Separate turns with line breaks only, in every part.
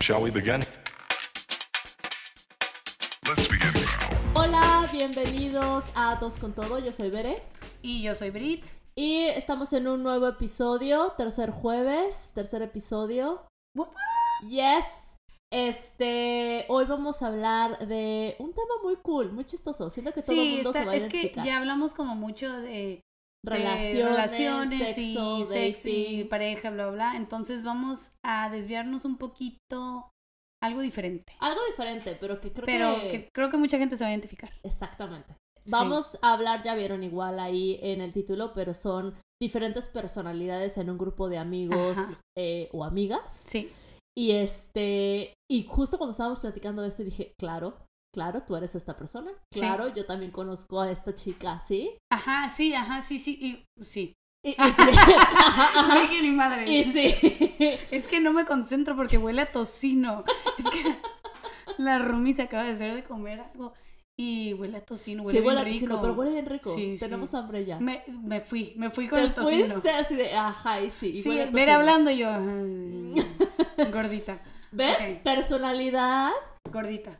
Shall we begin? Let's begin.
Hola, bienvenidos a Dos con Todo, yo soy Bere
Y yo soy Brit.
y estamos en un nuevo episodio, tercer jueves, tercer episodio.
Wup,
Yes. Este, hoy vamos a hablar de un tema muy cool, muy chistoso. Siento que todo el
Sí,
mundo
está-
se va a
es que
identificar.
ya eh, hablamos como mucho de de
relaciones,
relaciones
sexo,
y sexo y
dating.
pareja, bla, bla. Entonces vamos a desviarnos un poquito, algo diferente.
Algo diferente, pero que Ah, creo
pero
que...
que creo que mucha gente se va a identificar.
Exactamente.
Sí.
Vamos a hablar, ya vieron igual ahí en el título, pero son diferentes personalidades en un grupo de amigos
Ajá.
eh, o amigas.
Sí,
Y este, y justo cuando estábamos platicando de esto dije, claro, claro, tú eres esta persona.
Sí.
Claro, yo también conozco a esta chica, ¿sí?
ajá, sí, ajá, sí, sí, y sí.
Y, y sí. Ajá, Ah, ajá.
Dije, ni madre.
Y sí.
Es que no me concentro porque huele a tocino. Es que la Rumi se acaba de hacer de comer algo y huele a tocino, huele
Sí, huele
bien
a tocino,
rico.
pero huele bien rico.
Sí, sí.
Tenemos hambre ya.
Me, me fui, me fui con
Te
el tocino.
fuiste así de, ajá, y sí. y
Sí,
huele a
ver
tocino.
hablando yo. ay, gordita,
¿Ves?
Ok.
Personalidad
gordita.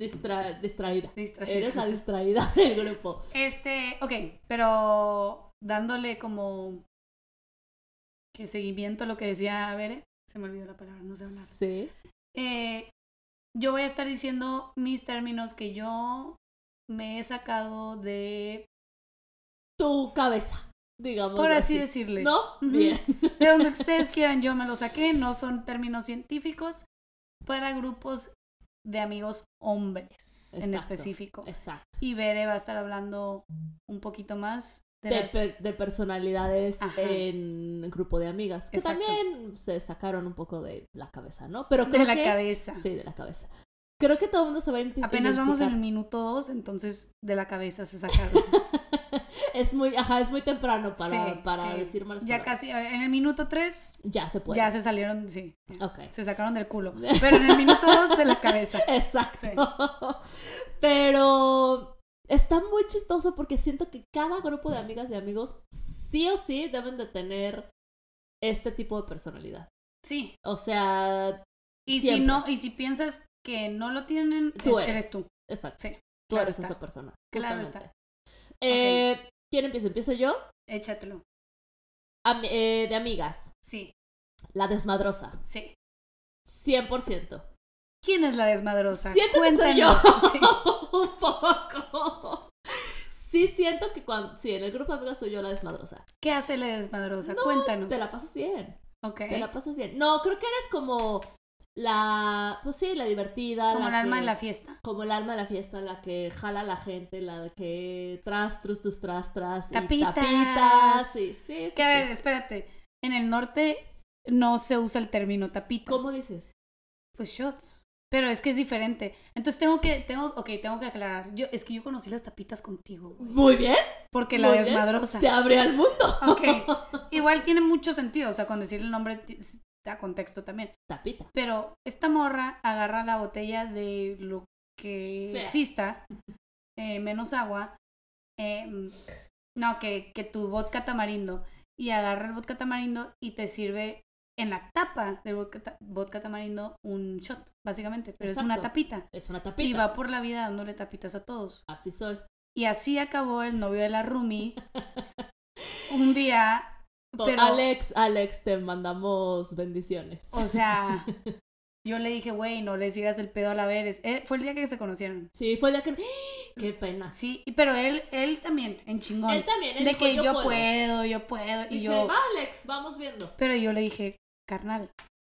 distra- distraída.
distraída.
Eres la distraída del grupo.
Este, ok, pero dándole como que seguimiento a lo que decía Bere, se me olvidó la palabra, no sé hablar.
Sí.
Eh, yo voy a estar diciendo mis términos que yo me he sacado de,
Tu cabeza, digamos.
por así decirle,
¿No?
Ujú.
Bien.
de donde ustedes quieran, yo me lo saqué, no son términos científicos, para grupos de amigos hombres en
Exacto.
específico.
Exacto.
Y Bere va a estar hablando un poquito más de,
De,
las-
per- de personalidades
Ajá.
en grupo de amigas. Que
Exacto.
también se sacaron un poco de la cabeza, ¿no? Pero creo
de la
que-
cabeza.
Sí, de la cabeza. Creo que todo el mundo se va a identi-
Apenas vamos en el
identificar.
minuto dos, entonces de la cabeza se sacaron.
Es muy, ajá, es muy temprano para,
Sí,
para
sí.
decir malas
Ya
palabras.
casi, eh, en el minuto tres
Ya se puede.
ya se salieron, sí,
Ok.
se sacaron del culo. Pero en el minuto dos de la cabeza.
Exacto. Pero está muy chistoso porque siento que cada grupo de amigas y amigos sí o sí deben de tener este tipo de personalidad.
Sí.
O sea,
Y
Siempre.
si no, y si piensas que no lo tienen,
Tú
es-
eres.
eres tú.
exacto.
Sí,
Tú
claro
eres
está.
esa persona.
Claro
justamente. Eh, ¿Quién empieza? ¿Empiezo yo?
Échatelo.
Am- eh, de amigas.
Sí,
La desmadrosa.
sí.
100%.
¿Quién es la desmadrosa?
Siento que soy yo.
Sí.
Un poco. Sí siento que cuando... Sí, en el grupo de amigas soy yo la desmadrosa.
¿Qué hace la desmadrosa?
No,
Cuéntanos.
Te la pasas bien.
Ok.
Te la pasas bien. No, creo que eres como la, pues sí, la divertida, la
Como el alma
que-
de la fiesta.
como el alma de la fiesta, la que jala a la gente, la que tras, trus, tus, tras, tras, y
Tapitas.
tapitas, sí, sí, sí,
Que a ver,
sí.
espérate. En el norte no se usa el término tapitas.
¿Cómo dices?
Pues shots. Pero es que es diferente. Entonces tengo que, tengo, ok, tengo que aclarar. Yo, es que yo conocí las tapitas contigo, güey.
Muy bien,
Porque la
muy bien.
desmadrosa.
te abre al mundo.
Ok. Igual tiene mucho sentido, o sea, con decir el nombre ti- da contexto también.
Tapita.
Pero esta morra agarra la botella de lo que
Sea.
exista, eh, menos agua, eh, no, que, que tu vodka tamarindo, y agarra el vodka tamarindo y te sirve en la tapa del vodka, ta- vodka tamarindo un shot, básicamente, pero es una
Exacto.
tapita.
Es una
Y
tapita.
va por la vida dándole tapitas a todos.
Así soy.
Y así acabó el novio de la Rumi un día
Con
Pero-
Alex, Alex, te mandamos bendiciones.
O sea, yo le dije, güey, no le sigas el pedo a la Veres. Eh, fue el día que se conocieron.
Sí, fue de que... ¡Ah! ¡Qué pena!
Sí, y- pero él, él también, en chingón.
Él también, él
de
dijo,
que yo, puedo.
puedo".
yo puedo. Y
Dije,
yo,
"Va, Alex, vamos viendo.
pero yo le dije, carnal.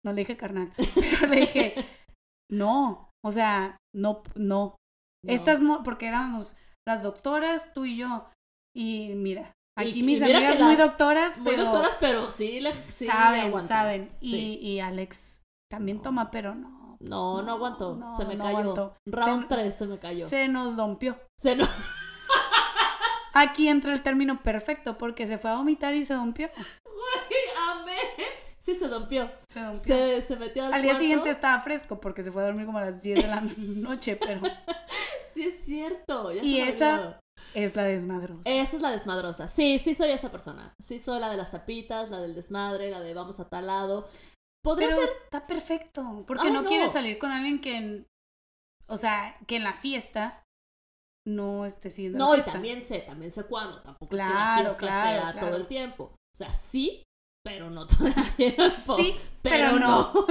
No le dije carnal, pero le dije, no. O sea, no, no.
No.
Estas, mo- porque éramos las doctoras, tú y yo. Y mira, aquí
Y- y
mis
mira que
amigas muy
las-
doctoras,
Muy
pero
doctoras, pero sí, le, sí le
saben,
aguantan.
saben. Y,
Sí.
y Alex también
No.
toma, pero no. pues
No, no, aguantó.
no,
se me
no
cayó.
aguantó.
Round
Se-
3 se me cayó. Se,
Se nos dompió.
no-
Aquí entra el término perfecto porque se fue a vomitar y se dompió.
Amé. Sí, se dompió.
Se dompió.
Se, se metió al,
Al día
cuarto.
siguiente estaba fresco porque se fue a dormir como a las 10 de la noche, pero
Sí, es cierto. ya
Y
se me
esa-
olvidó.
es la desmadrosa.
Esa es la desmadrosa. Sí, sí soy esa persona. Sí soy la de las tapitas, la del desmadre, la de vamos a tal lado. Podría
Pero
ser.
está perfecto. Porque
Ay,
no,
no.
quieres salir con alguien que. en- o sea, que en la fiesta no esté siendo. la
No, y
fiesta.
también sé, también sé cuándo. Tampoco
Claro,
es que la fiesta
claro,
sea
claro.
todo el tiempo. O sea, sí, pero no todo el tiempo.
Sí,
pero,
pero
no.
no.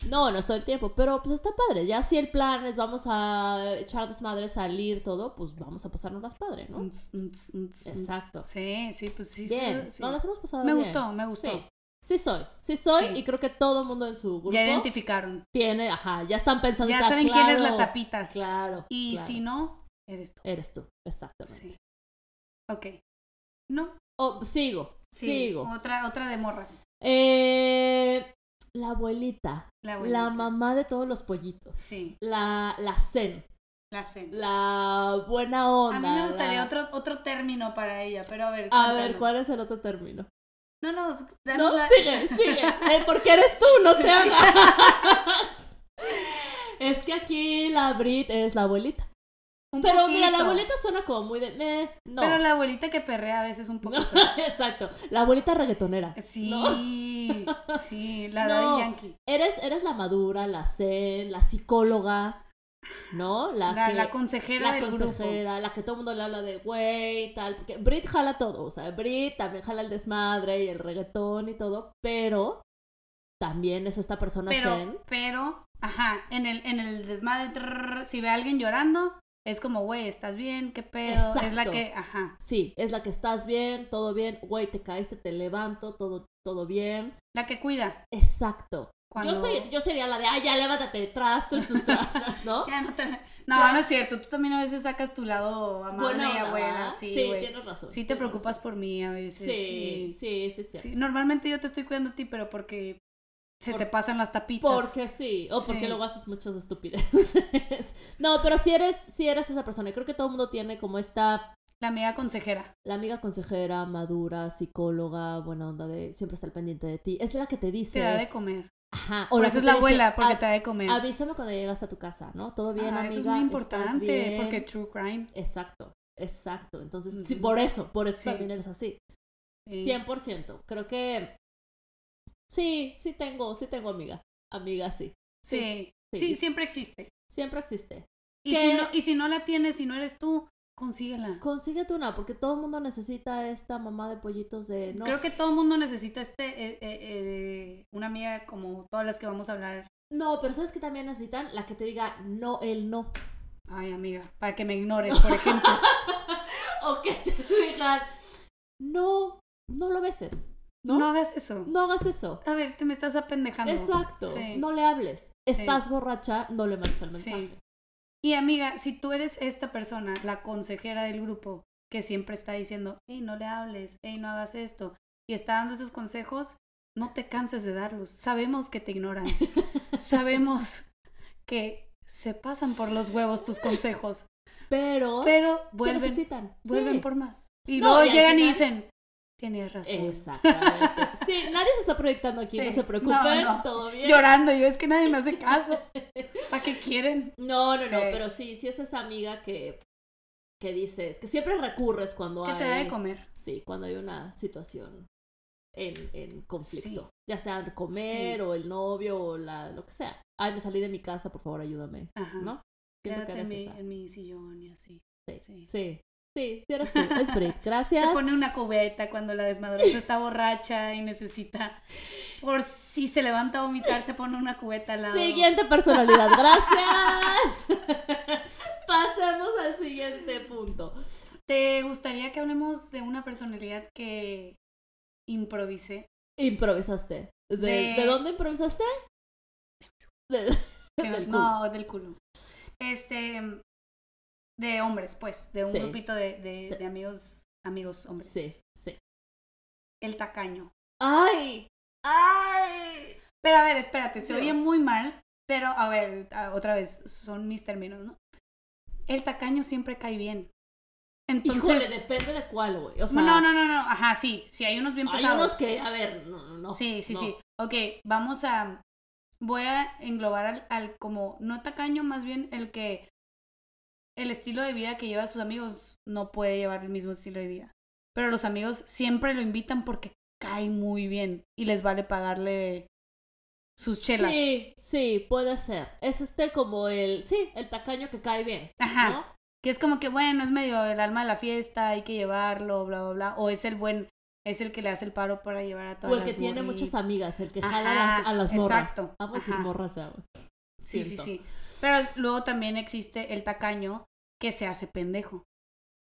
no, no es todo el tiempo. Pero pues está padre. Ya si el plan es vamos a echar desmadre, salir, todo, pues vamos a pasarnos las padre, ¿no?
Ns, ns, ns,
Exacto.
ns. Mm, Sí, sí, pues sí. sí,
Bien,
sí.
no las hemos pasado
Me
bien.
gustó, me gustó.
Sí. Sí soy, sí soy
Sí.
y creo que todo el mundo en su grupo
Ya identificaron.
tiene, ajá, ya están pensando
Ya
"Ah,
saben quién es la
claro,
tapitas.
Claro.
Y
claro,
si no, eres tú.
eres tú, exactamente.
Sí. Ok. No.
Oh, sigo,
Sí.
sigo.
Otra, otra de morras.
Eh, la abuelita,
La,
la
abuelita.
mamá de todos los pollitos.
Sí.
La, la zen,
La cena.
la buena onda.
A mí me gustaría
la-
otro, otro término para ella, pero a ver.
A ver,
cuéntanos.
¿cuál es el otro término?
No, no,
No,
danos la-
sigue, sigue. Eh, porque eres tú, no te hagas. es que aquí la Brit es la abuelita.
un
Pero mira, la
poquito.
abuelita suena como muy de. meh, no.
Pero la abuelita que perrea a veces un
No,
poquito.
Exacto. La abuelita reggaetonera.
Sí, sí, la
No.
Daddy Yankee.
Eres, eres la madura, la zen, la psicóloga, ¿no? La,
La, la,
que-
consejera
la
del grupo.
consejera, la que todo el mundo le habla de güey, tal. Porque Brit jala todo. O sea, Brit también jala el desmadre y el reggaetón y todo. Pero también es esta persona zen.
Pero, pero, ajá, en el, en el desmadre, trrr, si ve a alguien llorando, es como, güey, ¿estás bien? ¿Qué pedo? Es la
Exacto.
que, ajá,
Sí, es la que estás bien, todo bien, güey, te caíste, te levanto, todo, todo bien.
la que cuida.
Exacto.
Cuando...
Yo, soy- yo sería la de, ay, ya levántate, trastos, tus trastos, ¿no?
Ya no, te- no,
Ya.
no es cierto. Tú también a veces sacas tu lado amable
Buena
y
onda,
abuela.
¿verdad?
Sí,
sí
güey.
tienes razón.
Sí te
tienes
preocupas
razón.
por mí a veces.
Sí, sí, sí, sí, es cierto.
Sí, Normalmente yo te estoy cuidando a ti, pero porque se
Por-
te pasan las tapitas.
Porque sí, o porque
Sí.
luego haces muchas estupideces. no, pero si eres, si eres esa persona, y creo que todo el mundo tiene como esta,
La amiga consejera.
la amiga consejera, madura, psicóloga, buena onda de, siempre está al pendiente de ti. Es la que te dice,
Te da de comer.
ajá, o
Por
la
eso
que
es
te
la
dice,
abuela, porque
"Ah,
te da de comer.
Avísame cuando llegas a tu casa, ¿no? Todo bien,
Ah,
amiga.
eso es muy
¿Estás
importante,
bien?".
porque true crime.
Exacto, exacto. Entonces, sí,
Ujú.
por eso, por eso
Sí.
también eres así.
sí.
100%. Creo que... Sí, sí tengo, sí tengo amiga. Amiga, sí.
Sí,
sí.
sí, siempre existe.
Siempre existe.
Y
Que-
si, no, y si no la tienes, si no eres tú, consíguela.
Consíguete una, porque todo el mundo necesita esta mamá de pollitos de... No,
Creo que todo el mundo necesita este eh, eh, eh, una amiga como todas las que vamos a hablar.
no pero ¿sabes que también necesitan? La que te diga, no, él no.
Ay, amiga, para que me ignores, por ejemplo.
O que te digan, no, no lo beses.
¿No?
¿No?
hagas eso.
No hagas eso.
A ver, te me estás apendejando.
Exacto.
Ah, Sí.
No le hables. Estás borracha, no le mandes el
Sí.
mensaje.
Y amiga, si tú eres esta persona, la consejera del grupo, que siempre está diciendo, hey, no le hables, hey, no hagas esto, y está dando esos consejos, no te canses de darlos. Sabemos que te ignoran. Sabemos que se pasan por los huevos tus consejos,
Pero
pero
Oh, se
vuelven,
necesitan. Sí.
vuelven por más. Y
No,
luego
y al
llegan y
final-
dicen, tienes razón.
Exactamente. Sí, nadie se está proyectando aquí,
Sí.
no se preocupen,
No, no.
todo bien.
Llorando, yo es que nadie me hace caso. ¿Para qué quieren?
No, no, no,
Sí.
pero sí, sí es esa amiga que, que dices, que siempre recurres cuando
¿Qué
hay.
te da de comer?
Sí, cuando hay una situación en, en conflicto. Ya sea el comer
Sí.
o el novio o la, lo que sea. Ay, me salí de mi casa, por favor, ayúdame.
Ajá.
¿No? Siento que
Ah, Quédate en
eres
mi,
esa.
en mi sillón y así.
Sí.
Sí.
Sí, sí, sí eres tú. Es Brit.
Te
Gracias.
pone una cubeta cuando la desmadrosa está borracha y necesita, por si se levanta a vomitar, te pone una cubeta al lado.
Siguiente personalidad, gracias. Pasemos al siguiente punto.
¿Te gustaría que hablemos de una personalidad que improvise?
Improvisaste. ¿De,
De-
¿de dónde improvisaste? De-
Que-
Del culo.
no, del culo. Este, de hombres, pues, de un
Sí.
grupito de, de-
Sí.
de amigos, amigos hombres.
Sí, sí.
El tacaño.
¡Ay! ¡Ay!
Pero a ver, espérate, se oye
Dios.
muy mal, pero a ver, a- otra vez, son mis términos, ¿no? El tacaño siempre cae bien.
Híjole,
Entonces,
depende de cuál, güey. O sea,
no, no, no, no, ajá, sí, sí, hay unos bien
hay
pesados.
unos que, a ver, no, no, no.
sí, sí,
no.
sí. Ok, vamos a, voy a englobar al, al como, no tacaño, más bien el que, el estilo de vida que lleva sus amigos no puede llevar el mismo estilo de vida. Pero los amigos siempre lo invitan porque cae muy bien y les vale pagarle sus chelas.
Sí, sí, puede ser. Es este como el, sí, el tacaño que cae bien,
Ajá.
¿no?
Que es como que, bueno, es medio el alma de la fiesta, hay que llevarlo, bla, bla, bla. O es el buen, es el que le hace el paro para llevar a todas
O el que
las
tiene
morritas.
muchas amigas, el que jala
Ajá,
a las, a las morras. Ah, pues,
exacto,
Vamos a decir
ajá.
morras ya, güey.
Sí, sí,
siento.
sí. Pero luego también existe el tacaño que se hace pendejo.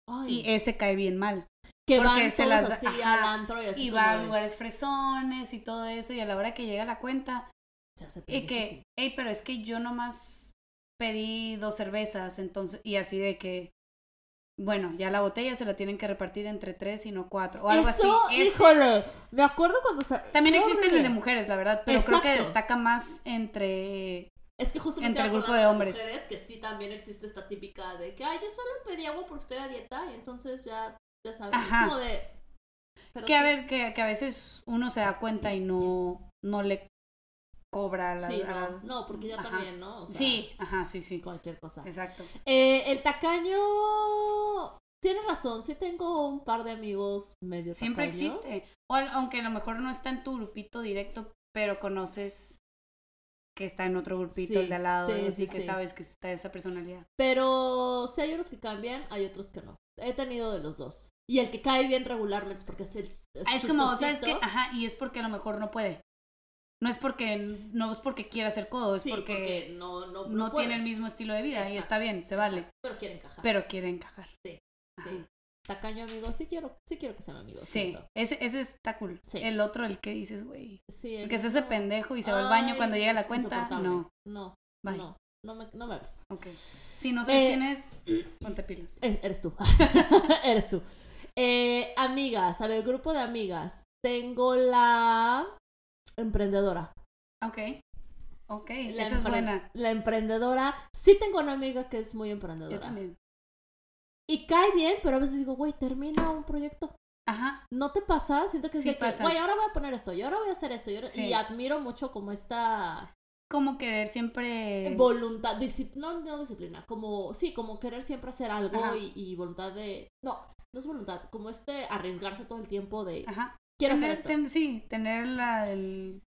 Ay,
Y ese cae bien mal.
que
porque
van
se
todos
las da-
así
ajá,
al antro y así
Y
como
va a
de,
lugares fresones y todo eso. Y a la hora que llega la cuenta,
se hace
y
pendejo,
que, hey, pero es que yo nomás pedí dos cervezas, entonces, y así de que, bueno, ya la botella se la tienen que repartir entre tres y no cuatro, o algo
Eso,
así. Ese-
híjole, me acuerdo cuando... sa-
También
qué
existen el
horrible.
de mujeres, la verdad, pero creo que
Exacto.
destaca más entre...
Es que justo me
entre
estoy
el grupo
acordando
de hombres.
mujeres que sí también existe esta típica de que, ay, yo solo pedí agua porque estoy a dieta y entonces ya, ya sabes, es
Ajá.
como de... pero
Que a
sí,
ver, que, que a veces uno se da cuenta y no, no le cobra a las...
sí,
a
no,
las-
no, porque yo
Ajá.
también, ¿no? O sea,
sí, ajá, sí, sí,
Cualquier cosa.
exacto.
Eh, el tacaño... Tienes razón, sí tengo un par de amigos medio
Siempre
tacaños.
existe. O al- aunque a lo mejor no está en tu grupito directo, pero conoces que está en otro grupito,
Sí,
el de al lado,
sí,
y así
sí,
que
sí.
sabes que está esa personalidad.
Pero si hay unos que cambian, hay otros que no. He tenido de los dos. Y el que cae bien regularmente es porque es el.
Ah, Es, como, ¿sabes
chistosito.
qué? Ajá, y es porque a lo mejor no puede. No es porque no es porque quiera hacer codo, es
Sí,
pues porque,
porque no, no,
no,
puede.
tiene el mismo estilo de vida y está
Exacto,
bien, se vale,
Exacto, Pero quiere encajar.
pero quiere encajar.
Sí,
Ajá.
sí. Tacaño, amigo, sí quiero, sí quiero que sea mi amigo.
Sí,
siento.
ese, ese está cool.
Sí.
El otro, el que dices, güey,
sí
el
el
que se hace
no.
pendejo y se va al baño
Ay,
cuando llega
es
la cuenta,
insoportable.
no,
No,
bye.
no, no me, no me hables.
Ok. Si no sabes
Eh,
quién es, ponte pilas.
Eh, Eres tú. Eres tú. Eh, amigas, a ver, grupo de amigas. Tengo la emprendedora.
Ok. Ok,
La
esa es
empre-
buena.
La emprendedora. Sí tengo una amiga que es muy
Yo
emprendedora.
también.
Y cae bien, pero a veces digo, güey, termina un proyecto.
Ajá.
¿No te pasa? Siento que es
Sí
de que,
pasa.
güey, ahora voy a poner esto, y ahora voy a hacer esto. Y, ahora-".
Sí.
Y admiro mucho como esta
Como querer siempre.
voluntad, discip- no, no disciplina, como, sí, como querer siempre hacer algo
Ajá.
y, y voluntad de, no, no es voluntad, como este arriesgarse todo el tiempo de,
Ajá.
quiero hacer
Tener- este
esto.
ten- sí, tener la, el-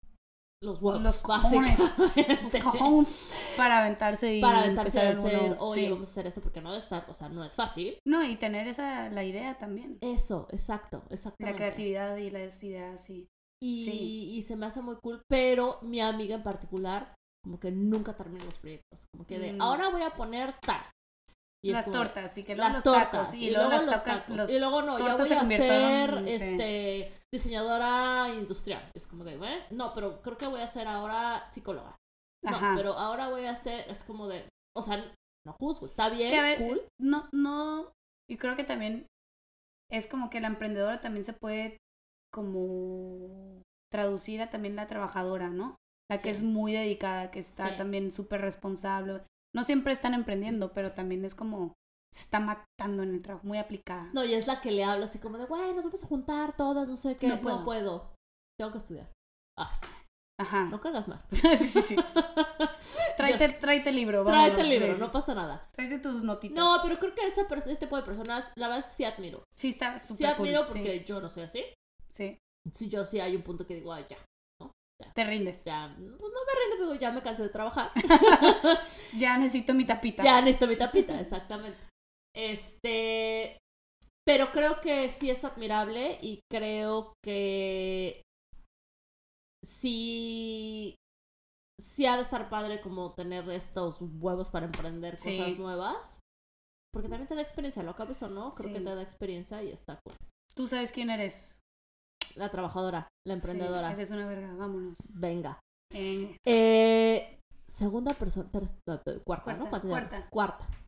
Los huevos,
los cojones.
básicamente.
los cojones para aventarse y.
Para aventarse a
empezar uno.
hacer, oye,
Sí.
vamos a hacer esto porque no ha de estar, o sea, no es fácil.
No, y tener esa la idea también.
Eso, exacto, exactamente.
La creatividad y las ideas, sí.
Y,
sí.
y se me hace muy cool, pero mi amiga en particular, como que nunca termina los proyectos. Como que de,
Mm.
ahora voy a poner tal. Y es
las
como de,
tortas, y que luego
Las
los
tortas.
tacos,
y, luego
las
los
tacas-
tacos.
los-
y luego no, ya
tortas
voy
se
a ser
convirtieron, sí.
este, diseñadora industrial. Es como de, ¿eh? No, pero creo que voy a ser ahora psicóloga. No,
Ajá.
pero ahora voy a ser, es como de, o sea, no juzgo, está bien,
Que a ver, eh,
cool.
no, no, y creo que también es como que la emprendedora también se puede como traducir a también la trabajadora, ¿no? La
Sí.
que es muy dedicada, que está
Sí. Mm.
también súper responsable. No siempre están emprendiendo, pero también es como se está matando en el trabajo, muy aplicada.
No, y es la que le habla así como de, güey, nos vamos a juntar todas, no sé qué.
No
No puedo.
puedo.
Tengo que estudiar.
Ajá.
No cagas mal.
sí, sí, sí. Tráete, tráete el libro, vamos.
Tráete el libro, no pasa nada.
Tráete tus notitas.
No, pero creo que esa pers- este tipo de personas, la verdad, sí admiro.
sí está súper
Sí admiro
cool, sí,
porque yo no soy así.
sí.
Sí, yo sí hay un punto que digo, ay, ya,
te rindes.
ya, pues no me rindo, pero digo, ya me cansé de trabajar.
Ya necesito mi tapita.
ya necesito mi tapita, exactamente. Este. Pero creo que sí es admirable y creo que sí. Sí ha de estar padre como tener estos huevos para emprender
Sí.
cosas nuevas. Porque también te da experiencia, lo acabes o no, creo que
Sí.
te da experiencia y está cool.
Tú sabes quién eres.
La trabajadora, la emprendedora.
Sí, eres una verga, vámonos.
Venga.
Eh,
Eh, segunda persona, ter- ter- ter- cuarta, ¿no?
Cuarta,
¿Cuántas
cuarta.
llevamos? Cuarta.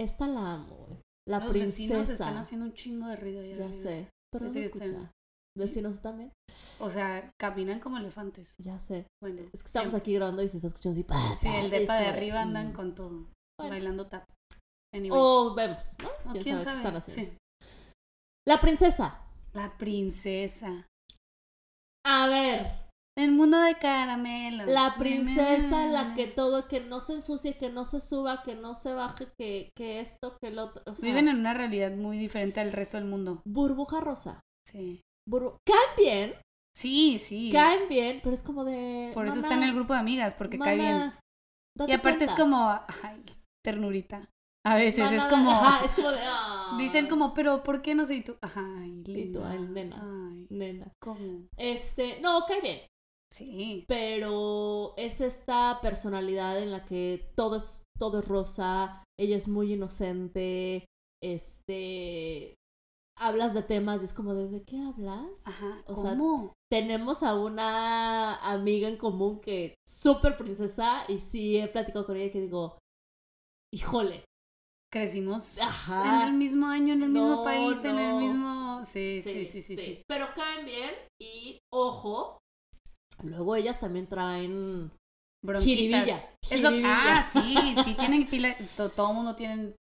Esta la amo, güey. La
los vecinos están
princesa.
haciendo un chingo de ruido. allá
Ya
arriba.
sé, pero no
Sí,
se
están-
escucha. Vecinos también.
O sea, caminan como elefantes.
Ya sé.
Bueno,
Es que estamos aquí grabando y se está escuchando así. pa,
Sí,
pa,
el
y es
depa de
como
arriba andan
mm.
con todo,
Bueno.
bailando tap. Anyway.
O vemos, ¿no?
O
quién sabe qué están haciendo.
Sí.
La princesa.
La princesa.
A ver,
El mundo de caramelo.
la princesa,
Na, na, na,
la
na.
que todo, que no se ensucie, que no se suba, que no se baje, que, que esto, que el otro. o sea,
Viven en una realidad muy diferente al resto del mundo.
burbuja rosa.
Sí.
Burbu... Caen bien,
Sí, sí.
Caen bien, pero es como de.
Por eso
"Mamá,
está en el grupo de amigas, porque
mamá,
cae bien.
date
Y aparte es
cuenta".
como, ay, ternurita. A veces es
Mamá,
como,
Ajá, es como de. "Ah".
dicen como, pero ¿por qué no sé? Y tú, ay,
Y tú,
linda.
ay, nena.
Ay,
Nena.
¿cómo?
Este. No, cae bien.
Sí.
pero es esta personalidad en la que todo es, todo es rosa, ella es muy inocente, este, hablas de temas y es como, ¿de, de qué hablas?
Ajá,
O sea,
¿cómo?
Tenemos a una amiga en común que es súper princesa y sí he platicado con ella que digo, híjole,
Crecimos
Ajá.
en el mismo año, en el mismo
No,
país, en el
no.
mismo... Sí, sí, sí, sí, sí.
Pero caen bien y, ojo, luego ellas también traen...
Bronquitas.
Jiribilla,
Es lo-
jiribilla.
Ah, sí, sí tienen pila... to- Todo el mundo tiene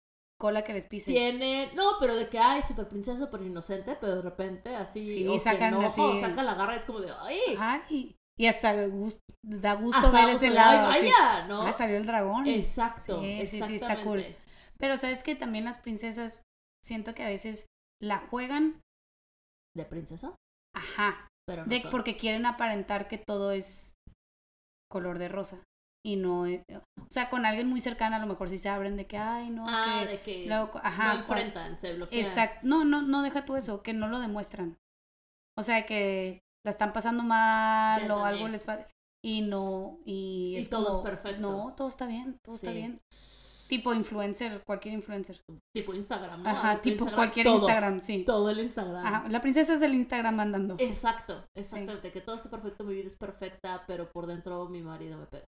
cola que les pise.
tiene, no, pero de que ay, super princesa, super inocente, pero de repente así
Sí,
o
sacan
se enoja,
así-
o saca la garra, es como de ay,
Ay, y hasta gust- da gusto
hasta
ver
vamos a
ese
ver,
lado.
ay,
así.
vaya, ¿no?
Ah, salió el dragón.
Exacto,
Sí, sí, sí, está cool.
exactamente.
Pero sabes que también las princesas siento que a veces la juegan,
De princesa,
ajá,
pero no
de,
son.
porque quieren aparentar que todo es color de rosa y no, es- o sea, con alguien muy cercano a lo mejor sí se abren de que ay no,
ah,
que
de que
luego co- ajá,
no
cuan-
enfrentan, se bloquean.
exacto, no, no, no deja tú eso, que no lo demuestran, o sea que la están pasando mal
Ya
o algo
también.
les parece y no y,
Y
es
todo es
como,
perfecto.
no, todo está bien, todo está
Sí.
bien, tipo influencer, cualquier influencer,
Tipo Instagram, ¿no?
ajá,
Ahorita
tipo
Instagram,
cualquier
todo,
Instagram, sí,
todo Eh, el Instagram.
Ajá, la princesa es el Instagram andando.
Exacto, exactamente, que todo está perfecto, mi vida es perfecta, pero por dentro mi marido me pega.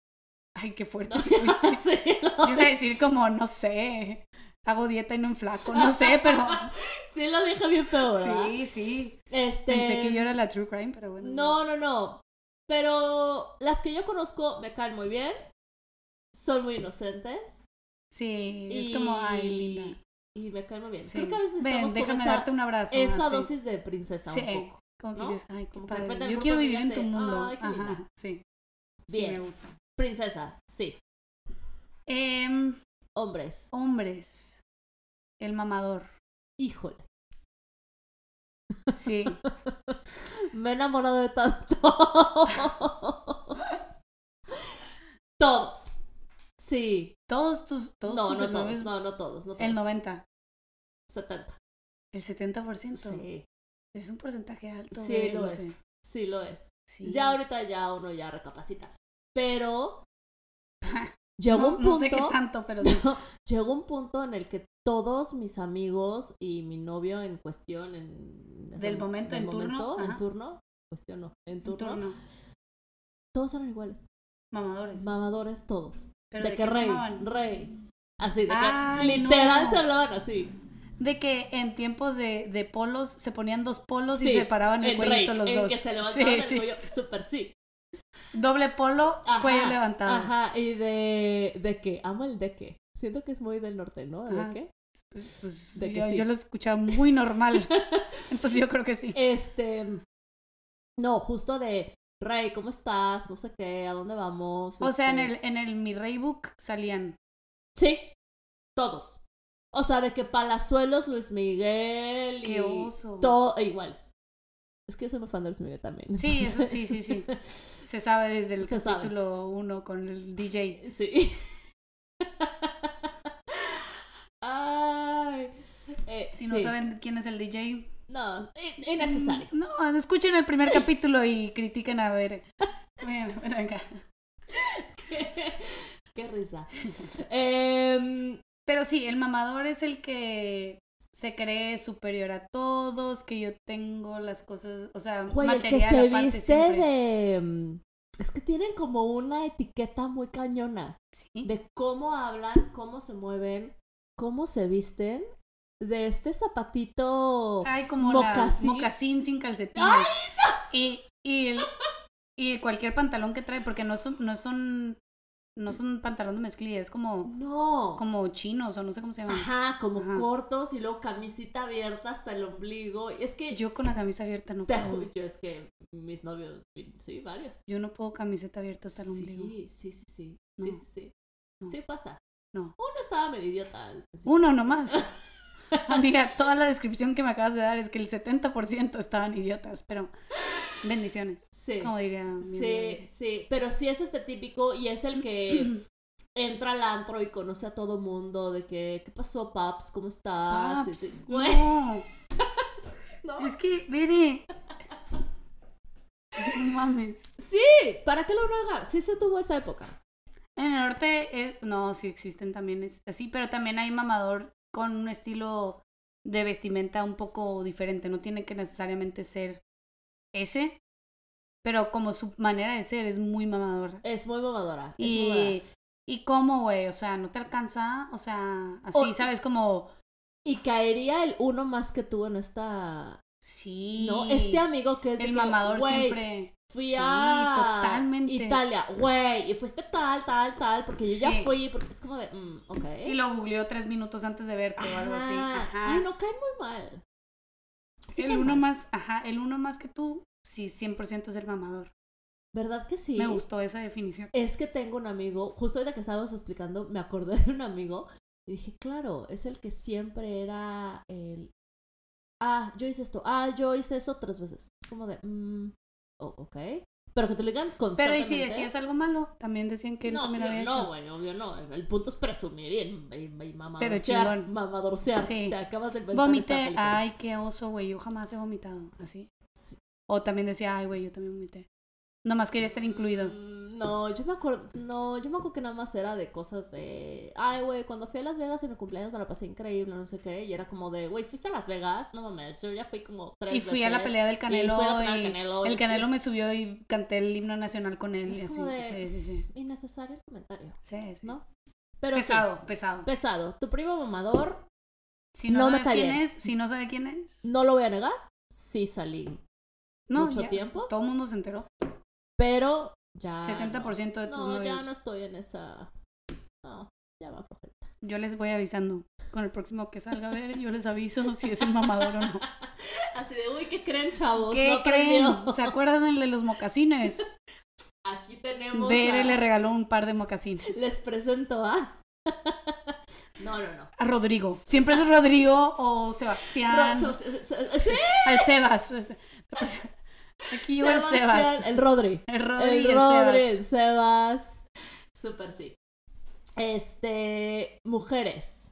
Ay, qué fuerte.
No, sí,
Yo
lo-
iba a decir como, no sé, hago dieta y no enflaco, no sé, pero
sí lo deja bien feo, ¿verdad?
sí, sí.
Este...
Pensé que yo era la true crime, pero bueno.
No, no, no. Pero las que yo conozco me caen muy bien. Son muy inocentes.
Sí, es
y-
como, ay, linda.
Y me caen muy bien.
Sí.
Creo que a veces
Ven,
estamos con
déjame
esa,
darte un abrazo.
esa
ah, sí.
dosis de princesa
Sí,
un poco.
Como que
¿no?
dices, ay, qué
Como que de
padre.
repente el
Yo
grupo
quiero
de
vivir en
amigas
tu
de,
mundo.
"Ay, qué
Ajá,
linda".
sí. Sí,
Bien.
me gusta.
Princesa, sí.
Em,
Hombres.
hombres. El mamador.
Híjole.
Sí.
Me he enamorado de tantos. todos. Sí.
Todos tus. Todos
no,
tus
no todos.
exnovios-
No, no todos. No todos.
El 90.
70.
El 70%.
Sí.
Es un porcentaje alto.
Sí
güey,
lo
no
es.
sé.
Sí lo es.
Sí.
Ya ahorita ya uno ya recapacita. Pero llegó
no,
un punto.
no sé qué tanto, pero sí.
llegó un punto en el que todos mis amigos y mi novio en cuestión en o sea,
Del momento, en turno, ajá.
en turno, cuestión no, en turno,
turno.
todos eran iguales,
Mamadores.
mamadores todos.
pero
de, que
qué
rey,
mamaban?
rey. Así de
Ay,
que literal
no.
se hablaban así.
De que en tiempos de, de polos se ponían dos polos y
Sí,
se paraban el
En
cuellito
rey,
los
en
dos.
que se
Sí,
levantaban
sí.
el cuello, súper sí.
Doble polo,
Ajá,
cuello levantado.
Ajá, y de de que amo el de que. Siento que es muy del norte, ¿no? ¿De
Ajá.
qué?
Pues, pues,
De que
yo,
sí.
yo lo escuchaba muy normal. Entonces yo creo que sí.
Este. No, justo de. Rey, ¿cómo estás? No sé qué, ¿a dónde vamos?
O sea, en
Este,
el, en el Mi Rey Book salían.
Sí, todos. O sea, de que Palazuelos, Luis Miguel y.
Qué oso.
Todo iguales. Es que yo soy muy fan de Luis Miguel también.
Sí, eso sí, sí,
entonces-
sí. Se sabe desde el
Se sabe.
capítulo 1 con el DJ.
Sí. Ay. eh,
Si no
sí.
saben quién es el DJ,
No, in- innecesario.
Mm, No, escuchen el primer capítulo y critiquen a ver. Bueno, bueno, venga. Mm.
Qué risa. Em,
Pero sí, el mamador es el que se cree superior a todos, que yo tengo las cosas, o sea,
Güey, el que
material
se
aparte
viste
siempre.
de... mm, Es que tienen como una etiqueta muy cañona
Sí.
de cómo hablan, cómo se mueven, cómo se visten, de este zapatito...
Ay, como
mocasín.
la mocasín sin calcetines. Y, y, el- y cualquier pantalón que trae, porque no son, no son, no son pantalón de mezclilla, es como,
No.
como chinos o no sé cómo se llaman.
Ajá, como
Ajá.
cortos y luego camisita abierta hasta el ombligo. Y es que yo...
Yo con la camisa abierta no
Te
puedo.
ju- yo es que mis novios... Sí, varios.
Yo no puedo camiseta abierta hasta el ombligo.
Sí, sí, sí, sí.
No.
Sí, sí, sí.
No.
Sí pasa.
No.
Uno estaba medio idiota. al principio.
Uno nomás. Amiga, toda la descripción que me acabas de dar es que el 70% estaban idiotas, pero bendiciones.
Sí.
Como diría. mi
Sí, sí, pero sí es este típico y es el que entra al antro y conoce a todo mundo de que, ¿qué pasó, Paps? ¿Cómo estás?
Paps,
Y te- Ah, Güey,
no.
no.
Es que, Bere. No mames.
Sí, ¿para qué lo negar? Sí se tuvo esa época.
En el norte, es- no, sí existen también es así, pero también hay mamador con un estilo de vestimenta un poco diferente. No tiene que necesariamente ser ese, pero como su manera de ser es muy mamadora.
Es muy mamadora. es mamadora.
Y, y cómo, güey, o sea, no te alcanza, o sea, así,
O-
¿sabes? Como,
Y caería el uno más que tú en esta...
sí.
No, este amigo que es de
El
que,
mamador
güey, ¿eh?
siempre.
Fui
Sí,
a
totalmente.
Italia, güey, y fuiste tal, tal, tal, porque yo
Sí.
ya fui, porque es como de, mm, ok.
Y lo googleó tres minutos antes de verte o algo así.
Ajá.
Ajá.
Ay, no, caen muy mal. Sí
el
caen
uno
mal.
más, ajá, el uno más que tú, sí, 100% es el mamador.
¿Verdad que sí?
Me gustó esa definición.
Es que tengo un amigo, justo ahorita que estábamos explicando, me acordé de un amigo y dije, claro, es el que siempre era el. Ah, yo hice esto. Ah, yo hice eso tres veces. Como de, mm, oh, ok. Pero que te lo digan
Pero
constantemente.
y si decías algo malo, también decían que él
no,
también
obvio
había
no,
hecho.
güey, obvio no. El punto es presumir y, y, y
Pero
mamadorcear.
chingón.
mamadorcear.
Sí.
Te acabas de inventar esta
Vomité,
película.
ay, qué oso, güey, yo jamás he vomitado, así. O también decía, ay, güey, yo también vomité. Nomás quería estar incluido.
Mm, No, yo me acuerdo, no, yo me acuerdo que nada más era de cosas de, ay, güey, cuando fui a Las Vegas en mi cumpleaños me la pasé increíble, no sé qué, y era como de, güey, ¿fuiste a Las Vegas? No mames, yo ya fui como tres
Y fui a la
veces".
pelea del Canelo.
fui a la pelea del
y
Canelo,
El
es-
Canelo
es-
me subió y canté el himno nacional con él.
Es
y así.
como de-
Sí, sí, sí.
Innecesario el comentario,
Sí, sí.
¿no? Pero sí,
pesado, pesado.
pesado. Tu primo mamador,
Si no,
no me
sabes
cae
quién
bien.
es, si no sabe quién es,
no lo voy a negar, sí salí,
no,
mucho
ya,
tiempo.
Todo el mundo se enteró.
pero ya. no.
70% de tus
No, ya
novios.
no estoy en esa. No, ya va a
Yo les voy avisando. Con el próximo que salga a ver, yo les aviso si es el mamador o no.
Así de, uy, ¿qué creen, chavos?
¿Qué
No
creen?
aprendió.
¿Se acuerdan el de los mocasines?
Aquí tenemos.
Bere
a-
le regaló un par de mocasines.
Les presento a. No, no, no.
A Rodrigo. Siempre es Rodrigo o Sebastián.
Ro- se- se- se- sí,
Al Sebas. Aquí iba el
Sebastián,
Sebas.
El Rodri.
El Rodri y
El
el
Rodri,
Sebas.
el Sebas. Súper sí. Este. Mujeres.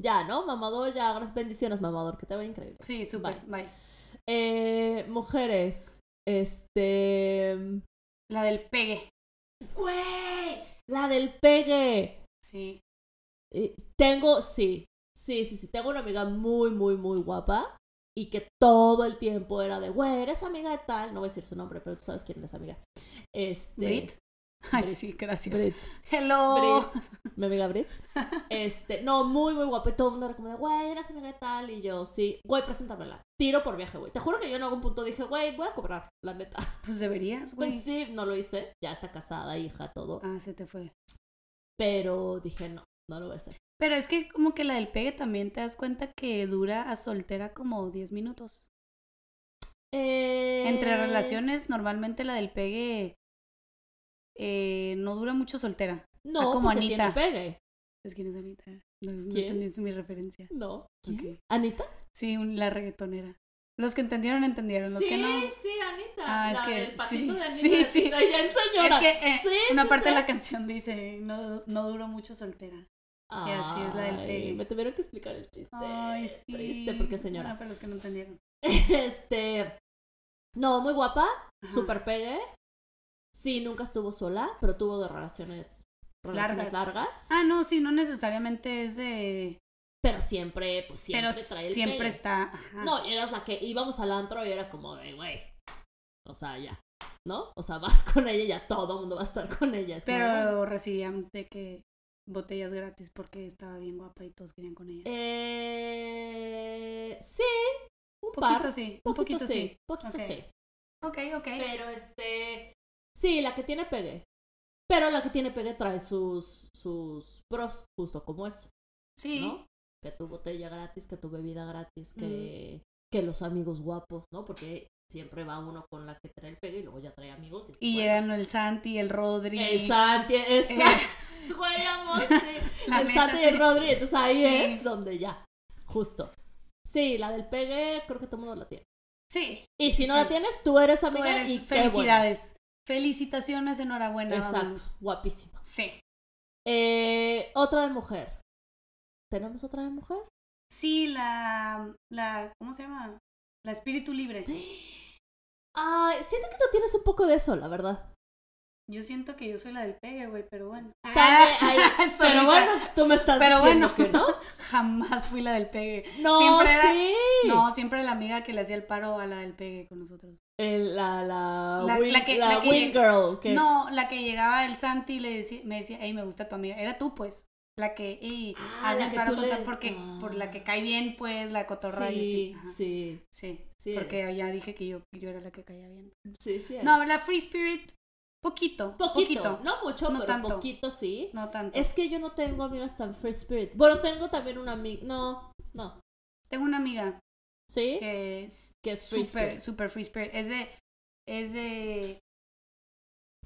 Ya, ¿no? Mamador, ya. gra- Bendiciones, mamador, que te va increíble.
Sí, súper. Bye.
Eh, mujeres. Este.
La del pegue.
¡Güey! La del pegue.
Sí.
Eh, Tengo, sí, sí, sí, sí, tengo una amiga muy, muy, muy guapa y que todo el tiempo era de, güey, eres amiga de tal, no voy a decir su nombre, pero tú sabes quién es amiga. Este,
Brit. Ay,
Brit.
sí, gracias.
Brit,
Hello.
mi amiga Brit. Este, no, muy, muy guapa y todo el mundo era como de, güey, eres amiga de tal y yo, sí, güey, preséntamela. Tiro por viaje, güey. Te juro que yo en algún punto dije, güey, voy a cobrar, la neta.
Pues deberías, güey.
Pues sí, no lo hice, ya está casada, hija, todo,
Ah, se te fue.
pero dije, no, no lo voy a hacer.
Pero es que como que la del pegue también te das cuenta que dura a soltera como 10 minutos. Entre
Eh,
relaciones, normalmente la del pegue eh, no dura mucho soltera.
Eh, No,
Ah, como
porque tiene
Anita.
pegue.
Es quién es Anita. No, no
¿Quién?
entendiste mi referencia.
No.
Ok.
¿Anita?
Sí, un- la reggaetonera. Los que entendieron, entendieron. Los
sí,
que no.
sí, Anita.
Ah, es
la
que-
del pasito
sí,
de Anita.
sí,
de
sí.
Tita, Ya en señora.
Es que, eh,
sí,
Una
sí,
parte
sí.
de la canción dice, no, no duró mucho soltera. que así es la del
Ay,
pegue.
Me tuvieron que explicar el chiste.
Ay, sí.
Triste, porque
Bueno,
señora.
para los que no entendieron.
Este. No, muy guapa.
Ajá.
Súper pegue. Sí, nunca estuvo sola, pero tuvo de relaciones. Relaciones
Largas.
largas.
Ah, no, sí, no necesariamente es de...
Pero siempre, pues siempre
pero
trae el
siempre
pegue.
está... ajá.
No, y eras la que íbamos al antro y era como de, güey. O sea, ya. ¿No? O sea, vas con ella y ya todo el mundo va a estar con ella. es como, bueno.
Pero recibían de que botellas gratis porque estaba bien guapa y todos querían con ella.
Eh, sí, un
un
par.
poquito sí, un poquito, sí.
Poquito
Ok.
sí.
Ok, ok.
Pero este. Sí, la que tiene pegue. Pero la que tiene pegue trae sus, sus pros, justo como es,
sí.
¿no? Que tu botella gratis, que tu bebida gratis, que, que los amigos guapos, ¿no? Porque siempre va uno con la que trae el pegue y luego ya trae amigos. Y,
Y
bueno.
llegan el Santi, el Rodri.
El Santi, el Santi. Güey, amor, sí.
la
el
neta,
Santi y el
sí.
Rodri, entonces ahí
Sí.
es donde ya. Justo. Sí, la del pegue, creo que todo el mundo la tiene.
Sí.
Y si no
Sí.
la tienes, tú eres
Tú
amiga
eres-
y qué bueno.
felicidades. Felicitaciones, enhorabuena.
Exacto,
vámonos.
guapísima.
Sí.
Eh, otra de mujer. ¿Tenemos otra de mujer?
Sí, la, la, ¿cómo se llama? La espíritu libre.
Ay, siento que tú tienes un poco de eso, la verdad.
Yo siento que yo soy la del pegue, güey, pero bueno. Ah,
También hay-
Solita.
pero bueno, tú me estás
Pero
diciendo que
bueno.
no.
Jamás fui la del pegue.
No,
Siempre era-
sí.
No, siempre la amiga que le hacía el paro a la del pegue con nosotros.
El- la la,
La-
win-
la que-
la
la que-
win girl. que-
No, la que llegaba el Santi y le decía, me decía, hey, me gusta tu amiga. Era tú, pues. La que, hey,
Ah,
hazme
la
el
que
paro
tú
con tal",
les-
porque por
Ah.
la que cae bien, pues, la cotorra y así.
sí,
Ajá.
sí,
Sí,
sí.
porque ya dije que yo, yo era la que caía bien.
sí, sí eres.
No, la Free Spirit, poquito.
poquito,
Poquito.
No mucho,
No
pero
tanto.
poquito sí.
No tanto.
Es que yo no tengo amigas tan free spirit. Bueno, tengo también una amiga. No, no.
Tengo una amiga
¿Sí?
que es
Que es free
super,
spirit.
super free spirit. Es de. Es de.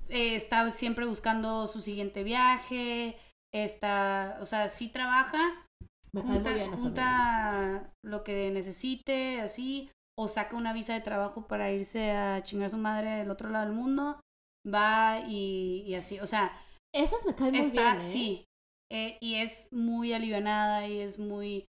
eh, está siempre buscando su siguiente viaje. Está. O sea, sí trabaja.
Me cae muy bien
Junta,
esa amiga.
junta lo que necesite, así. O saca una visa de trabajo para irse a chingar a su madre del otro lado del mundo. Va y, y así. O sea,
Esas me caen muy
está,
bien. ¿eh?
sí. eh, y es muy alivianada y es muy.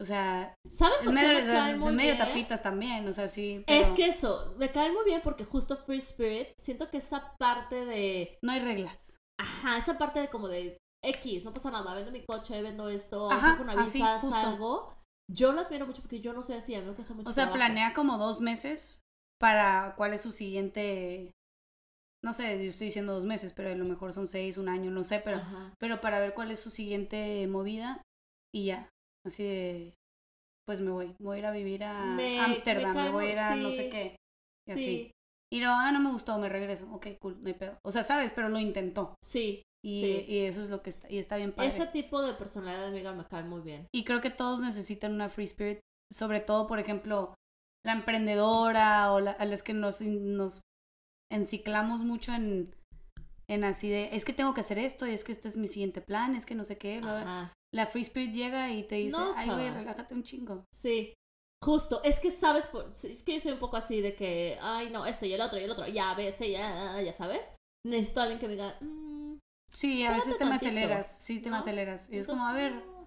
O sea,
¿Sabes
es
por qué
medio,
me caen muy
medio
bien?
tapitas también, o sea, sí.
Es
pero
que eso, me caen muy bien porque justo Free Spirit, siento que esa parte de,
No hay reglas.
ajá, esa parte de como de X, no pasa nada, vendo mi coche, vendo esto,
Ajá,
saco una
así,
visa,
justo.
salgo. Yo lo admiro mucho porque yo no soy así, a mí me cuesta mucho
O sea,
trabajo.
planea como dos meses para cuál es su siguiente. No sé, yo estoy diciendo dos meses, pero a lo mejor son seis, un año, no sé, pero,
Ajá.
pero para ver cuál es su siguiente movida y ya. Así de. Pues me voy, voy a ir a vivir a
Me-
Ámsterdam,
me
me, voy a ir a
cae-
no sé
sí,
qué. Y así.
Sí,
Y luego, ah, no me gustó, me regreso. Ok, cool, no hay pedo. O sea, sabes, pero lo intentó.
sí,
Y,
Sí.
y eso es lo que está. Y está bien padre.
ese tipo de personalidad de amiga me cae muy bien.
Y creo que todos necesitan una free spirit, sobre todo, por ejemplo, la emprendedora o la- a las que nos, nos enciclamos mucho en, en así de, es que tengo que hacer esto, y es que este es mi siguiente plan, es que no sé qué. bla, bla".
Ajá.
La free spirit llega y te dice,
No,
ay, güey,
chava.
relájate un chingo.
Sí. Justo, es que sabes, por- es que yo soy un poco así de que, ay no, este y el otro y el otro, ya, ves, ya, ya sabes. Necesito a alguien que me diga, mm,
Sí, a veces
Espérate
te me
tantito,
aceleras, sí, te
¿no?
me aceleras. Y
entonces,
es como, a ver,
no.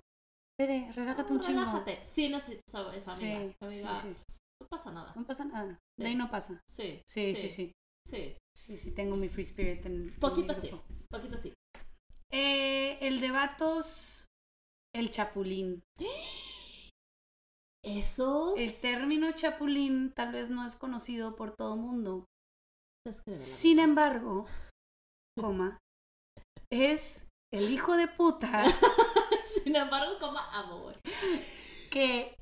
Tere, relájate un
No,
chingo.
Relájate. Sí, necesito esa, esa
Sí,
amiga.
sí,
Amiga,
sí.
No pasa nada.
No pasa nada.
Sí.
De ahí no pasa.
Sí.
Sí, sí, sí.
sí.
Sí, sí, tengo mi free spirit en- en. mi
Poquito sí.
grupo.
Poquito sí.
Eh, el de vatos, el chapulín.
Esos.
El término chapulín tal vez no es conocido por todo el mundo.
Descríbelo.
Sin embargo, coma, es el hijo de puta
Sin embargo, como amo, güey.
que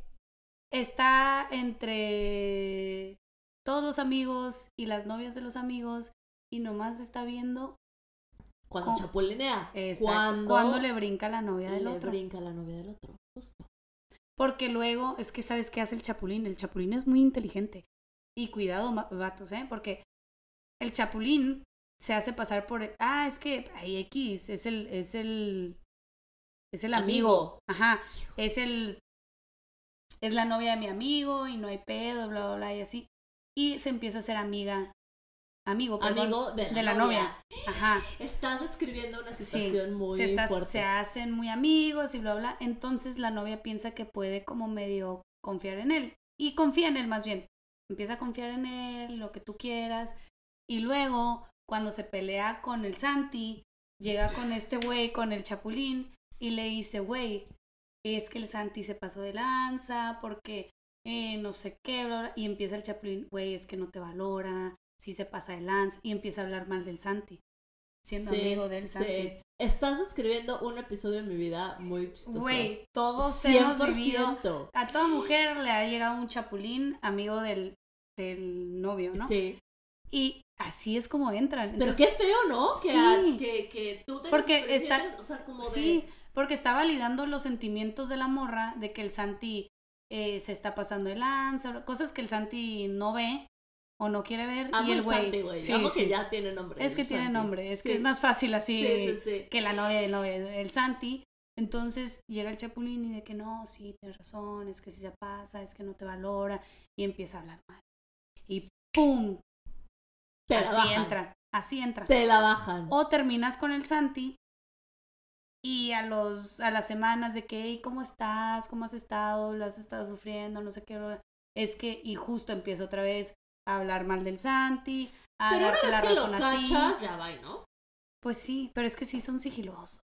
está entre todos los amigos y las novias de los amigos y nomás está viendo
Cuando
Con-
chapulinea.
exacto,
Cuando,
cuando le brinca la novia del
le
otro.
brinca la novia del otro. Justo.
Porque luego, es que sabes qué hace el chapulín. El chapulín es muy inteligente. Y cuidado, ma- vatos, ¿eh? Porque el chapulín se hace pasar por. Ah, es que hay X, es el. Es el. Es el amigo. Ajá. Es el. Es la novia de mi amigo y no hay pedo, bla, bla, bla, y así. Y se empieza a ser amiga. Amigo, perdón,
Amigo de la,
de la novia. Ajá.
Estás describiendo una situación muy
se, está-
fuerte.
se hacen muy amigos y bla, bla. Entonces la novia piensa que puede como medio confiar en él. Y confía en él más bien. Empieza a confiar en él, lo que tú quieras. Y luego, cuando se pelea con el Santi, llega con este güey, con el Chapulín, y le dice, güey, es que el Santi se pasó de lanza porque eh, no sé qué, bla, bla". Y empieza el Chapulín, güey, es que no te valora, si se pasa de lanza. Y empieza a hablar mal del Santi, siendo
Sí,
amigo del
sí.
Santi.
Estás describiendo un episodio de mi vida muy chistoso.
Güey, todos hemos vivido.
100%.
A toda mujer le ha llegado un chapulín amigo del, del novio, ¿no?
Sí.
Y así es como entran.
Pero
Entonces,
qué feo, ¿no? Que,
Sí.
a- que, que tú tengas
Porque
experiencia,
está-
o sea, como de-
Sí, porque está validando los sentimientos de la morra de que el Santi eh, se está pasando de lanza, cosas que el Santi no ve o no quiere ver.
Amo
y el
el Santi, güey.
Sí,
Amo que
sí.
ya tiene nombre.
Es que
el
tiene
Santi.
nombre, es que
Sí.
es más fácil así
Sí, sí, sí.
que la novia del novio. El Santi Entonces llega el chapulín y de que no, sí, tienes razón, es que si se pasa, es que no te valora, y empieza a hablar mal. Y ¡pum!
Te la
así
bajan.
entra, así entra.
Te la bajan.
O terminas con el Santi y a los a las semanas de que, "Ey, ¿cómo estás? ¿Cómo has estado? ¿Lo has estado sufriendo? No sé qué. bla, bla". Es que, y justo empieza otra vez a hablar mal del Santi, a
Pero una
darte la
vez que lo
razón a ti.
cachas, ya va, ¿no?
Pues sí, pero es que sí son sigilosos.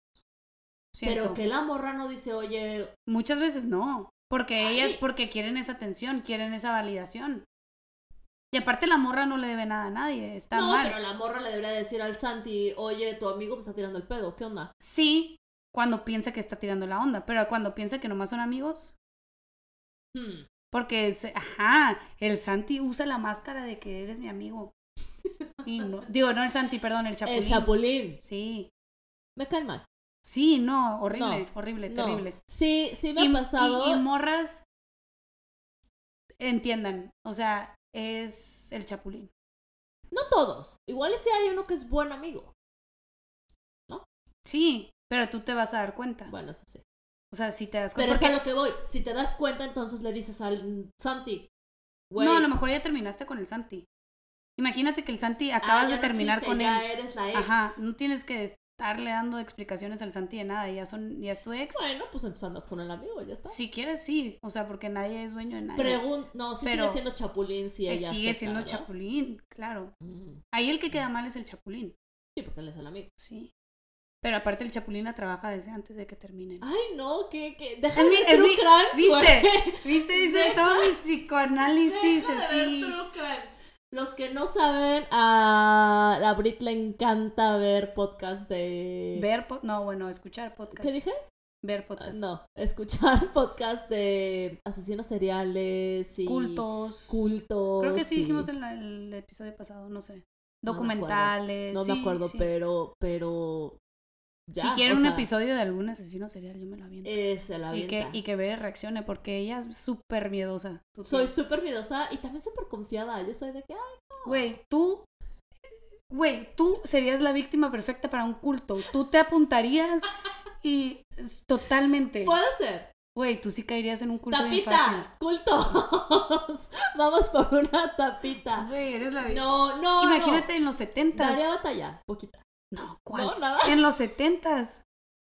Pero
Siento.
que la morra no dice, oye,
Muchas veces no, porque
Ay.
ellas porque quieren esa atención, quieren esa validación. Y aparte la morra no le debe nada a nadie, está
no,
mal.
pero la morra le debería decir al Santi, oye, tu amigo me está tirando el pedo, ¿qué onda?
Sí, cuando piensa que está tirando la onda, pero cuando piensa que nomás son amigos,
Hmm.
porque es, ajá, el Santi usa la máscara de que eres mi amigo. Y no- digo, no el Santi, perdón, el Chapulín.
El chapulín.
Sí.
Me caen mal.
Sí, no, horrible, horrible,
No.
terrible.
Sí, sí me
y,
ha pasado.
y- y morras, entiendan, o sea, es el chapulín.
No todos. Igual y si hay uno que es buen amigo.
Sí, pero tú te vas a dar cuenta.
Bueno, eso sí.
O sea, si te das
Pero
cuenta.
es
porque-
a lo que voy. Si te das cuenta, entonces le dices al Santi, güey.
No, a lo mejor ya terminaste con el Santi. Imagínate que el Santi
ah,
acabas
ya
de
no
terminar
existe,
con él.
ya eres la ex.
Ajá, no tienes que estarle dando explicaciones al Santi de nada, ya son ya es tu ex.
Bueno, pues entonces andas con el amigo, ya está.
Si quieres sí, o sea, porque nadie es dueño de nadie.
Pregun- no, sí
Pero-
sigue siendo chapulín si
Eh,
ella
sigue
acepta,
siendo
¿verdad?
chapulín, claro.
Mm,
Ahí el que queda mal es el chapulín.
Sí, porque él es el amigo.
Sí. Pero aparte el chapulín la trabaja desde antes de que terminen.
Ay, no, que, que... Deja de
mi-
ver
es
True
mi-
Crimes,
¿viste?
güey.
¿Viste? Hice
Deja-
todo mi psicoanálisis
Deja de
así.
ver True Crimes. Los que no saben, a la Brit le encanta ver podcast de...
Ver, po- no, bueno, escuchar podcast.
¿Qué dije?
Ver podcast.
No, escuchar podcast de asesinos seriales y
Cultos.
cultos.
Creo que sí
y-
dijimos en la- el episodio pasado, no sé.
No me acuerdo.
Documentales.
No me
sí,
acuerdo,
sí.
pero, pero ya,
si quieren
o
un
sea,
episodio de algún asesino serial, yo me lo aviento.
eh, se la
y, que,
avienta.
y que Bere reaccione, porque ella es súper miedosa. Tú
Soy
tienes-
súper miedosa y también súper confiada. Yo soy de que, "Ah, ay,
Güey, tú. Güey, tú serías la víctima perfecta para un culto. Tú te apuntarías y. es- Totalmente.
puede ser.
Güey, tú sí caerías en un culto bien fácil.
Tapita, cultos. Vamos por una tapita.
Güey, eres la víctima.
No, no,
Imagínate en los
No. Daría
70s.
batalla, poquita.
No, ¿cuál?
No, nada.
En los setentas.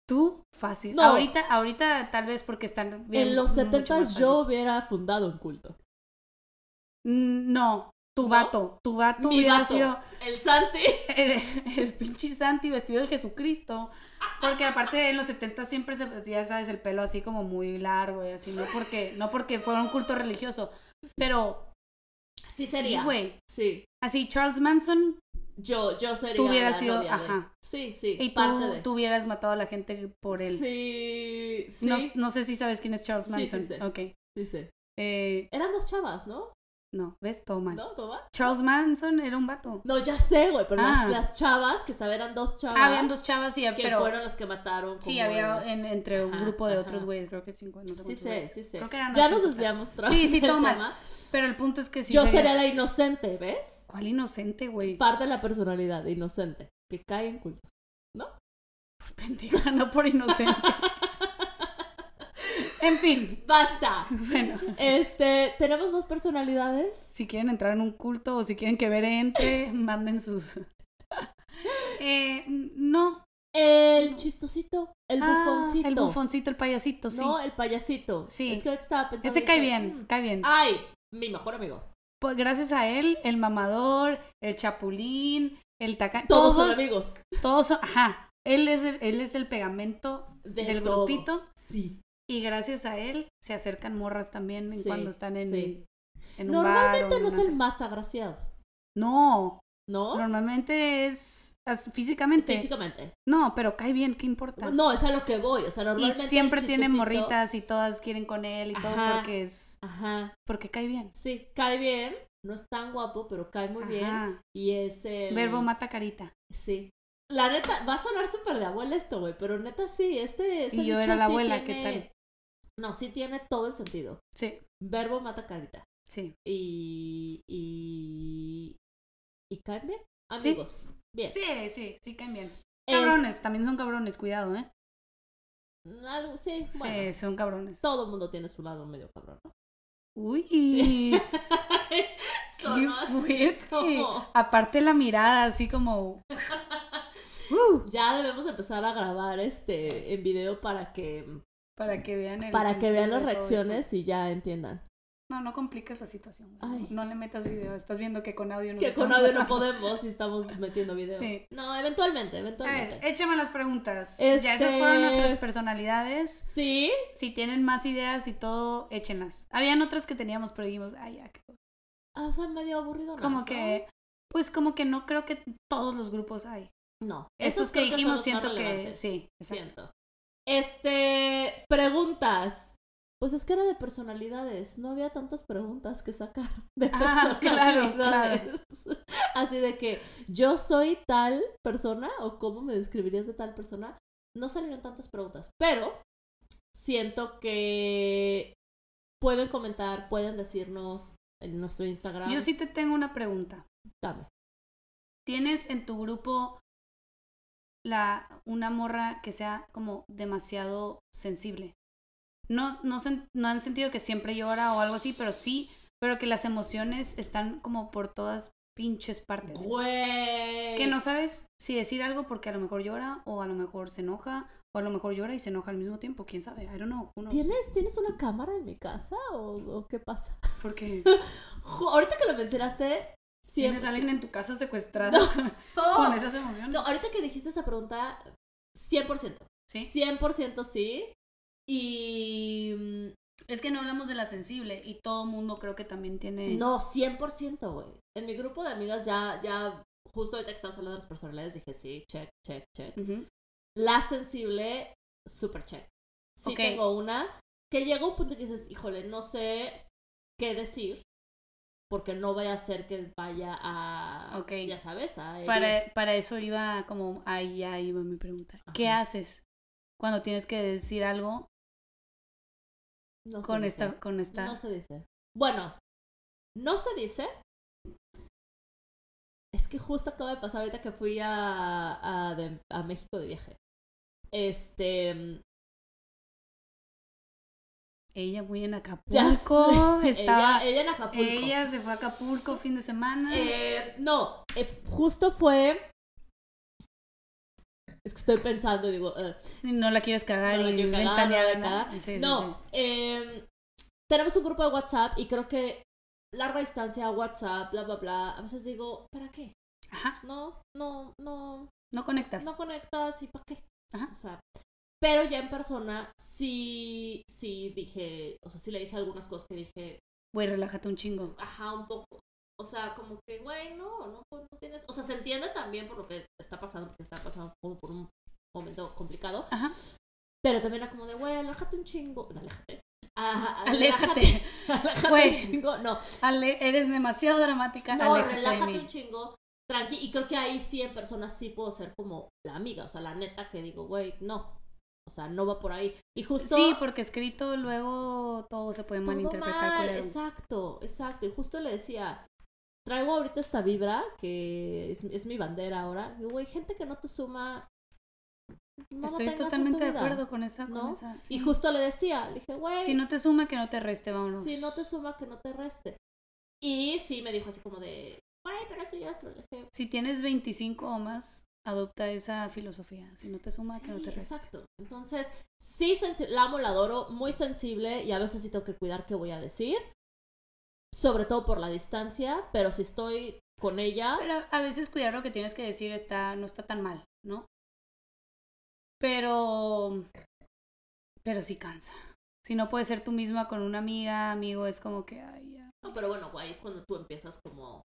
Tú, fácil.
No.
Ahorita, ahorita tal vez porque están bien.
en los
mucho más
70
fácil.
yo hubiera fundado un culto.
Mm, No, tu
¿No?
vato. Tu vato
Mi
hubiera
vato,
sido
el Santi.
el, el pinche Santi vestido de Jesucristo. Porque aparte en los setentas siempre se, ya sabes, el pelo así como muy largo y así. No porque, no porque fuera un culto religioso. Pero.
Sí sería.
Sí, güey.
Sí.
Así, Charles Manson,
Yo, yo sería.
Tú hubieras
la
sido-
novia de-
ajá.
Sí, sí.
y tú,
parte de.
tú hubieras matado a la gente por él.
Sí, sí.
No, no sé si sabes quién es Charles
Sí,
Manson.
sí sé.
Ok.
sí, sí.
Eh,
Eran dos chavas, ¿no?
no, ves, todo mal.
¿No, Toma?
Charles Manson era un vato.
No, ya sé, güey, pero las-
Ah.
las, chavas, que estaban eran dos chavas.
Habían dos chavas y
que
pero
fueron las que mataron.
sí
como-
había en- entre un
Ajá,
grupo de
ajá.
otros güeyes, creo que cinco, no sé
Sí
cuántos
sé,
güeyes.
sí sé.
Creo que eran
Ya
ocho,
nos
o sea.
desviamos tras
Sí, sí,
del
toma.
tema.
Pero el punto es que sí
Yo
serías-
sería la inocente, ¿ves?
¿Cuál inocente, güey?
Parte de la personalidad, de inocente. Que cae en culto.
Por pendeja, no por inocente. en fin,
¡Basta!
bueno,
Este, ¿tenemos más personalidades?
si quieren entrar en un culto o si quieren que ver entre, manden sus Eh, no,
El chistosito, el
Ah,
bufoncito.
el bufoncito, el payasito, sí.
No, el payasito.
Sí.
Es que ahorita estaba pensando.
Ese
y
cae
dije,
bien,
"Mm,
cae bien.
Ay, mi mejor amigo.
Pues gracias a él, el mamador, el chapulín, el tacaño,
Todos, son amigos.
todos son- ajá, él es el, él es el pegamento
De
del
todo.
grupito
Sí.
y gracias a él se acercan morras también en
Sí,
cuando están en,
sí.
en un
Normalmente
bar o en
no es
un
el
antro.
más agraciado,
No,
¿no?
normalmente es, as- físicamente,
Físicamente.
no, pero cae bien, ¿qué importa?
No, es a lo que voy. O sea, Pues,
y
normalmente. el
siempre tiene
chistosito-
morritas y todas quieren con él y todo
Ajá.
porque es
Ajá.
porque cae bien.
Sí, cae bien. No es tan guapo, pero cae muy bien.
Ajá.
Y es el.
Verbo mata carita.
Sí. La neta, va a sonar súper de abuela esto, güey, pero neta sí, este. ese
Y yo
dicho
era la
sí
abuela, ¿qué
tiene-
tal?
No, sí tiene todo el sentido.
Sí,
Verbo mata carita.
sí.
Y. Y. Y caen bien. Amigos. Bien.
Sí, sí, sí caen bien.
Es-
Cabrones, también son cabrones, cuidado, ¿eh?
Algo, sí,
Sí,
bueno.
son cabrones.
Todo el mundo tiene su lado medio cabrón. ¿no?
Uy.
Sonó así
fuerte.
como-
Aparte la mirada, así como. uh,
Ya debemos empezar a grabar este en video para que
para que vean el
para que vean
sentido
las
de todo
reacciones
esto.
y ya entiendan.
No, no compliques la situación. güey.
Ay.
No le metas video. Estás viendo que con audio no
Que con audio no podemos y estamos metiendo video.
Sí.
No, eventualmente,
A ver,
eventualmente.
échame las preguntas. Ya
Este-
esas fueron nuestras personalidades.
Sí,
Si tienen más ideas y todo, échenlas. Habían otras que teníamos, pero dijimos, ay, ya, qué cosa".
ah, o sea, medio aburrido.
Como que, pues como que no creo que todos los grupos hay.
No.
Estos
Esos
que
creo son
dijimos
los
siento
más
que
relevantes.
sí. exacto.
Siento. Este, preguntas. Pues es que era de personalidades, no había tantas preguntas que sacar de
Ah, claro,
personalidades. Así de que yo soy tal persona o cómo me describirías de tal persona, no salieron tantas preguntas, pero siento que pueden comentar, pueden decirnos en nuestro Instagram.
Yo sí te tengo una pregunta.
Dame.
¿Tienes en tu grupo la una morra que sea como demasiado sensible? No, no, sen- no en el sentido que siempre llora o algo así, pero sí, pero que las emociones están como por todas pinches partes.
Güey.
Que no sabes si decir algo porque a lo mejor llora o a lo mejor se enoja o a lo mejor llora y se enoja al mismo tiempo, quién sabe, I don't know, uno,
¿Tienes, ¿Tienes una cámara en mi casa o- o qué pasa?
porque
Jo, Ahorita que lo mencionaste,
tienes
siempre.
a alguien en tu casa secuestrada con esas emociones,
No, ahorita que dijiste esa pregunta, 100%.
¿sí?
100% sí. Y.
Es que no hablamos de la sensible y todo mundo creo que también tiene...
mm, No, 100%, güey. En mi grupo de amigas ya, ya, justo ahorita que estamos hablando de las personalidades, dije sí, check, check, check.
Ujú.
La sensible, super check. Sí
Ok.
tengo una que llega un punto que dices, híjole, no sé qué decir. Porque no vaya a ser que vaya a.
Ok.
Ya sabes, a. herir.
Para, para eso iba como, ahí ya iba mi pregunta. ¿Qué
Ajá.
haces cuando tienes que decir algo
No sé, no
con
sé.
esta, con esta?
No se dice. Bueno, no se dice. Es que justo acaba de pasar ahorita que fui a, a, de- a México de viaje. Este.
Ella muy en
Ya
Acapulco,
sé, Ella,
estaba...
ella en Acapulco.
Ella se fue a Acapulco fin de semana.
Eh, no, eh, justo fue. Es que estoy pensando y digo. eh,
Si no la quieres cagar
No la
y
quiero cagar, no la
ventanear,
voy a
¿no?
cagar.
Sí, sí,
No, eh, tenemos un grupo de WhatsApp y creo que larga distancia, WhatsApp, bla, bla, bla. A veces digo, ¿para qué?
sí. Ajá,
No, no, no,
no conectas.
no conectas y para qué.
Ajá.
O sea, pero ya en persona sí, sí dije, o sea, sí le dije algunas cosas que dije,
Güey, relájate un chingo.
ajá, un poco. O sea, como que, güey, no, no, no tienes. O sea, se entiende también por lo que está pasando, porque está pasando como por un momento complicado.
Ajá,
Pero también era como de, güey, aléjate un chingo. Aléjate. Ah,
aléjate.
Aléjate
Güey.
un chingo. No,
Ale- eres demasiado dramática.
no
aléjate de
relájate
mí.
un chingo. Tranqui. Y creo que ahí sí, en persona, sí puedo ser como la amiga. O sea, la neta que digo, güey, no. O sea, no va por ahí. Y justo.
Sí, porque escrito luego todo se puede
todo
malinterpretar.
mal,
culero.
Exacto, exacto. Y justo le decía, traigo ahorita esta vibra que es, es mi bandera ahora. Digo, güey, gente que no te suma. no lo
Estoy
tengas en tu
totalmente de
vida".
acuerdo con esa. con
¿no?
esa, sí.
Y justo le decía, le dije, güey,
Si no te suma, que no te reste, vámonos.
si no te suma, que no te reste. Y sí me dijo así como de, güey, pero esto ya esto. Le dije,
Si tienes 25 o más, adopta esa filosofía. Si no te suma, que no te
Sí,
reste.
Exacto. Entonces, sí, sensi- la amo, la adoro, muy sensible y a veces sí tengo que cuidar qué voy a decir. Sobre todo por la distancia, pero si estoy con ella,
Pero a veces cuidar lo que tienes que decir está, no está tan mal, ¿no? Pero. Pero sí cansa. Si no puedes ser tú misma con una amiga, amigo, es como que. ay, ya,
no, pero bueno, guay, es cuando tú empiezas como.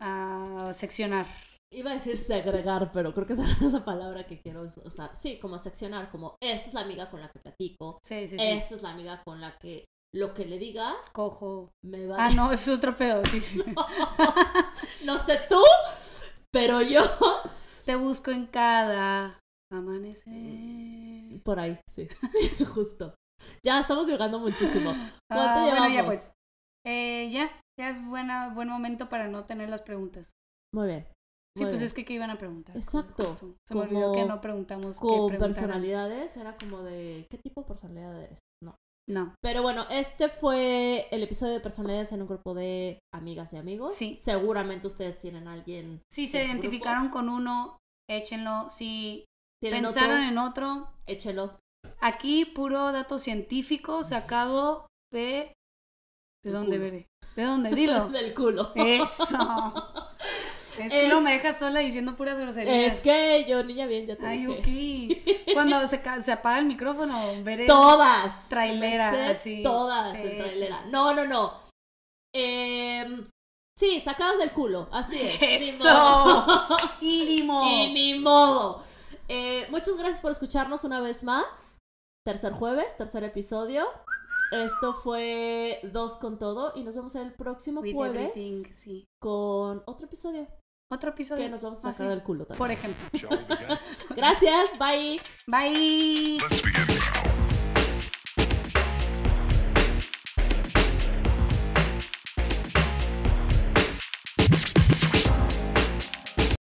a seccionar.
Iba a decir segregar, pero creo que esa no es la palabra que quiero us- usar. Sí, como seccionar, como esta es la amiga con la que platico,
Sí, sí, sí.
esta es la amiga con la que lo que le diga
Cojo.
me va
Ah, no, es otro pedo. Sí, sí.
No sé tú, pero yo.
Te busco en cada amanecer.
Por ahí, sí. Justo. Ya estamos llegando muchísimo. ¿Cuánto
Ah, bueno, ya
llevamos?
pues. Eh, ya, ya es buena, buen momento para no tener las preguntas.
Muy bien.
Sí, pues
Bueno.
es que qué iban a preguntar.
Exacto.
Justo. Se me olvidó
Como-
que no preguntamos Pues, qué
con
preguntaran.
personalidades era como de qué tipo de personalidad eres no
No.
pero bueno este fue el episodio de personalidades en un grupo de amigas y amigos
Sí.
seguramente ustedes tienen a alguien
Si se
¿Es grupo?
identificaron con uno, échenlo. Si
tienen
pensaron
otro
en otro,
échelo
aquí puro dato científico sacado de... ¿De
Del
dónde
culo.
veré? ¿De dónde? Pues Dilo. Eh,
del culo
Eso. Es que
Es-
no me dejas sola diciendo puras groserías.
es que yo niña bien ya te
Ay,
dije
ok. Cuando se, ca- se apaga el micrófono, veré...
todas
Trailera,
Me sé
así.
todas
Sí,
en trailera no no no Em, sí sacadas del culo así es ni
¡Eso!
modo.
Y ni modo.
Y ni modo. Eh, muchas gracias por escucharnos una vez más. Tercer jueves, tercer episodio. Esto fue Dos con Todo y nos vemos el próximo
With
jueves
everything, sí.
con otro episodio
Otro episodio.
que nos vamos a
Así.
sacar del culo también.
Ah, Por ejemplo.
Shall we begin?
Gracias, bye.
Bye.
Let's begin.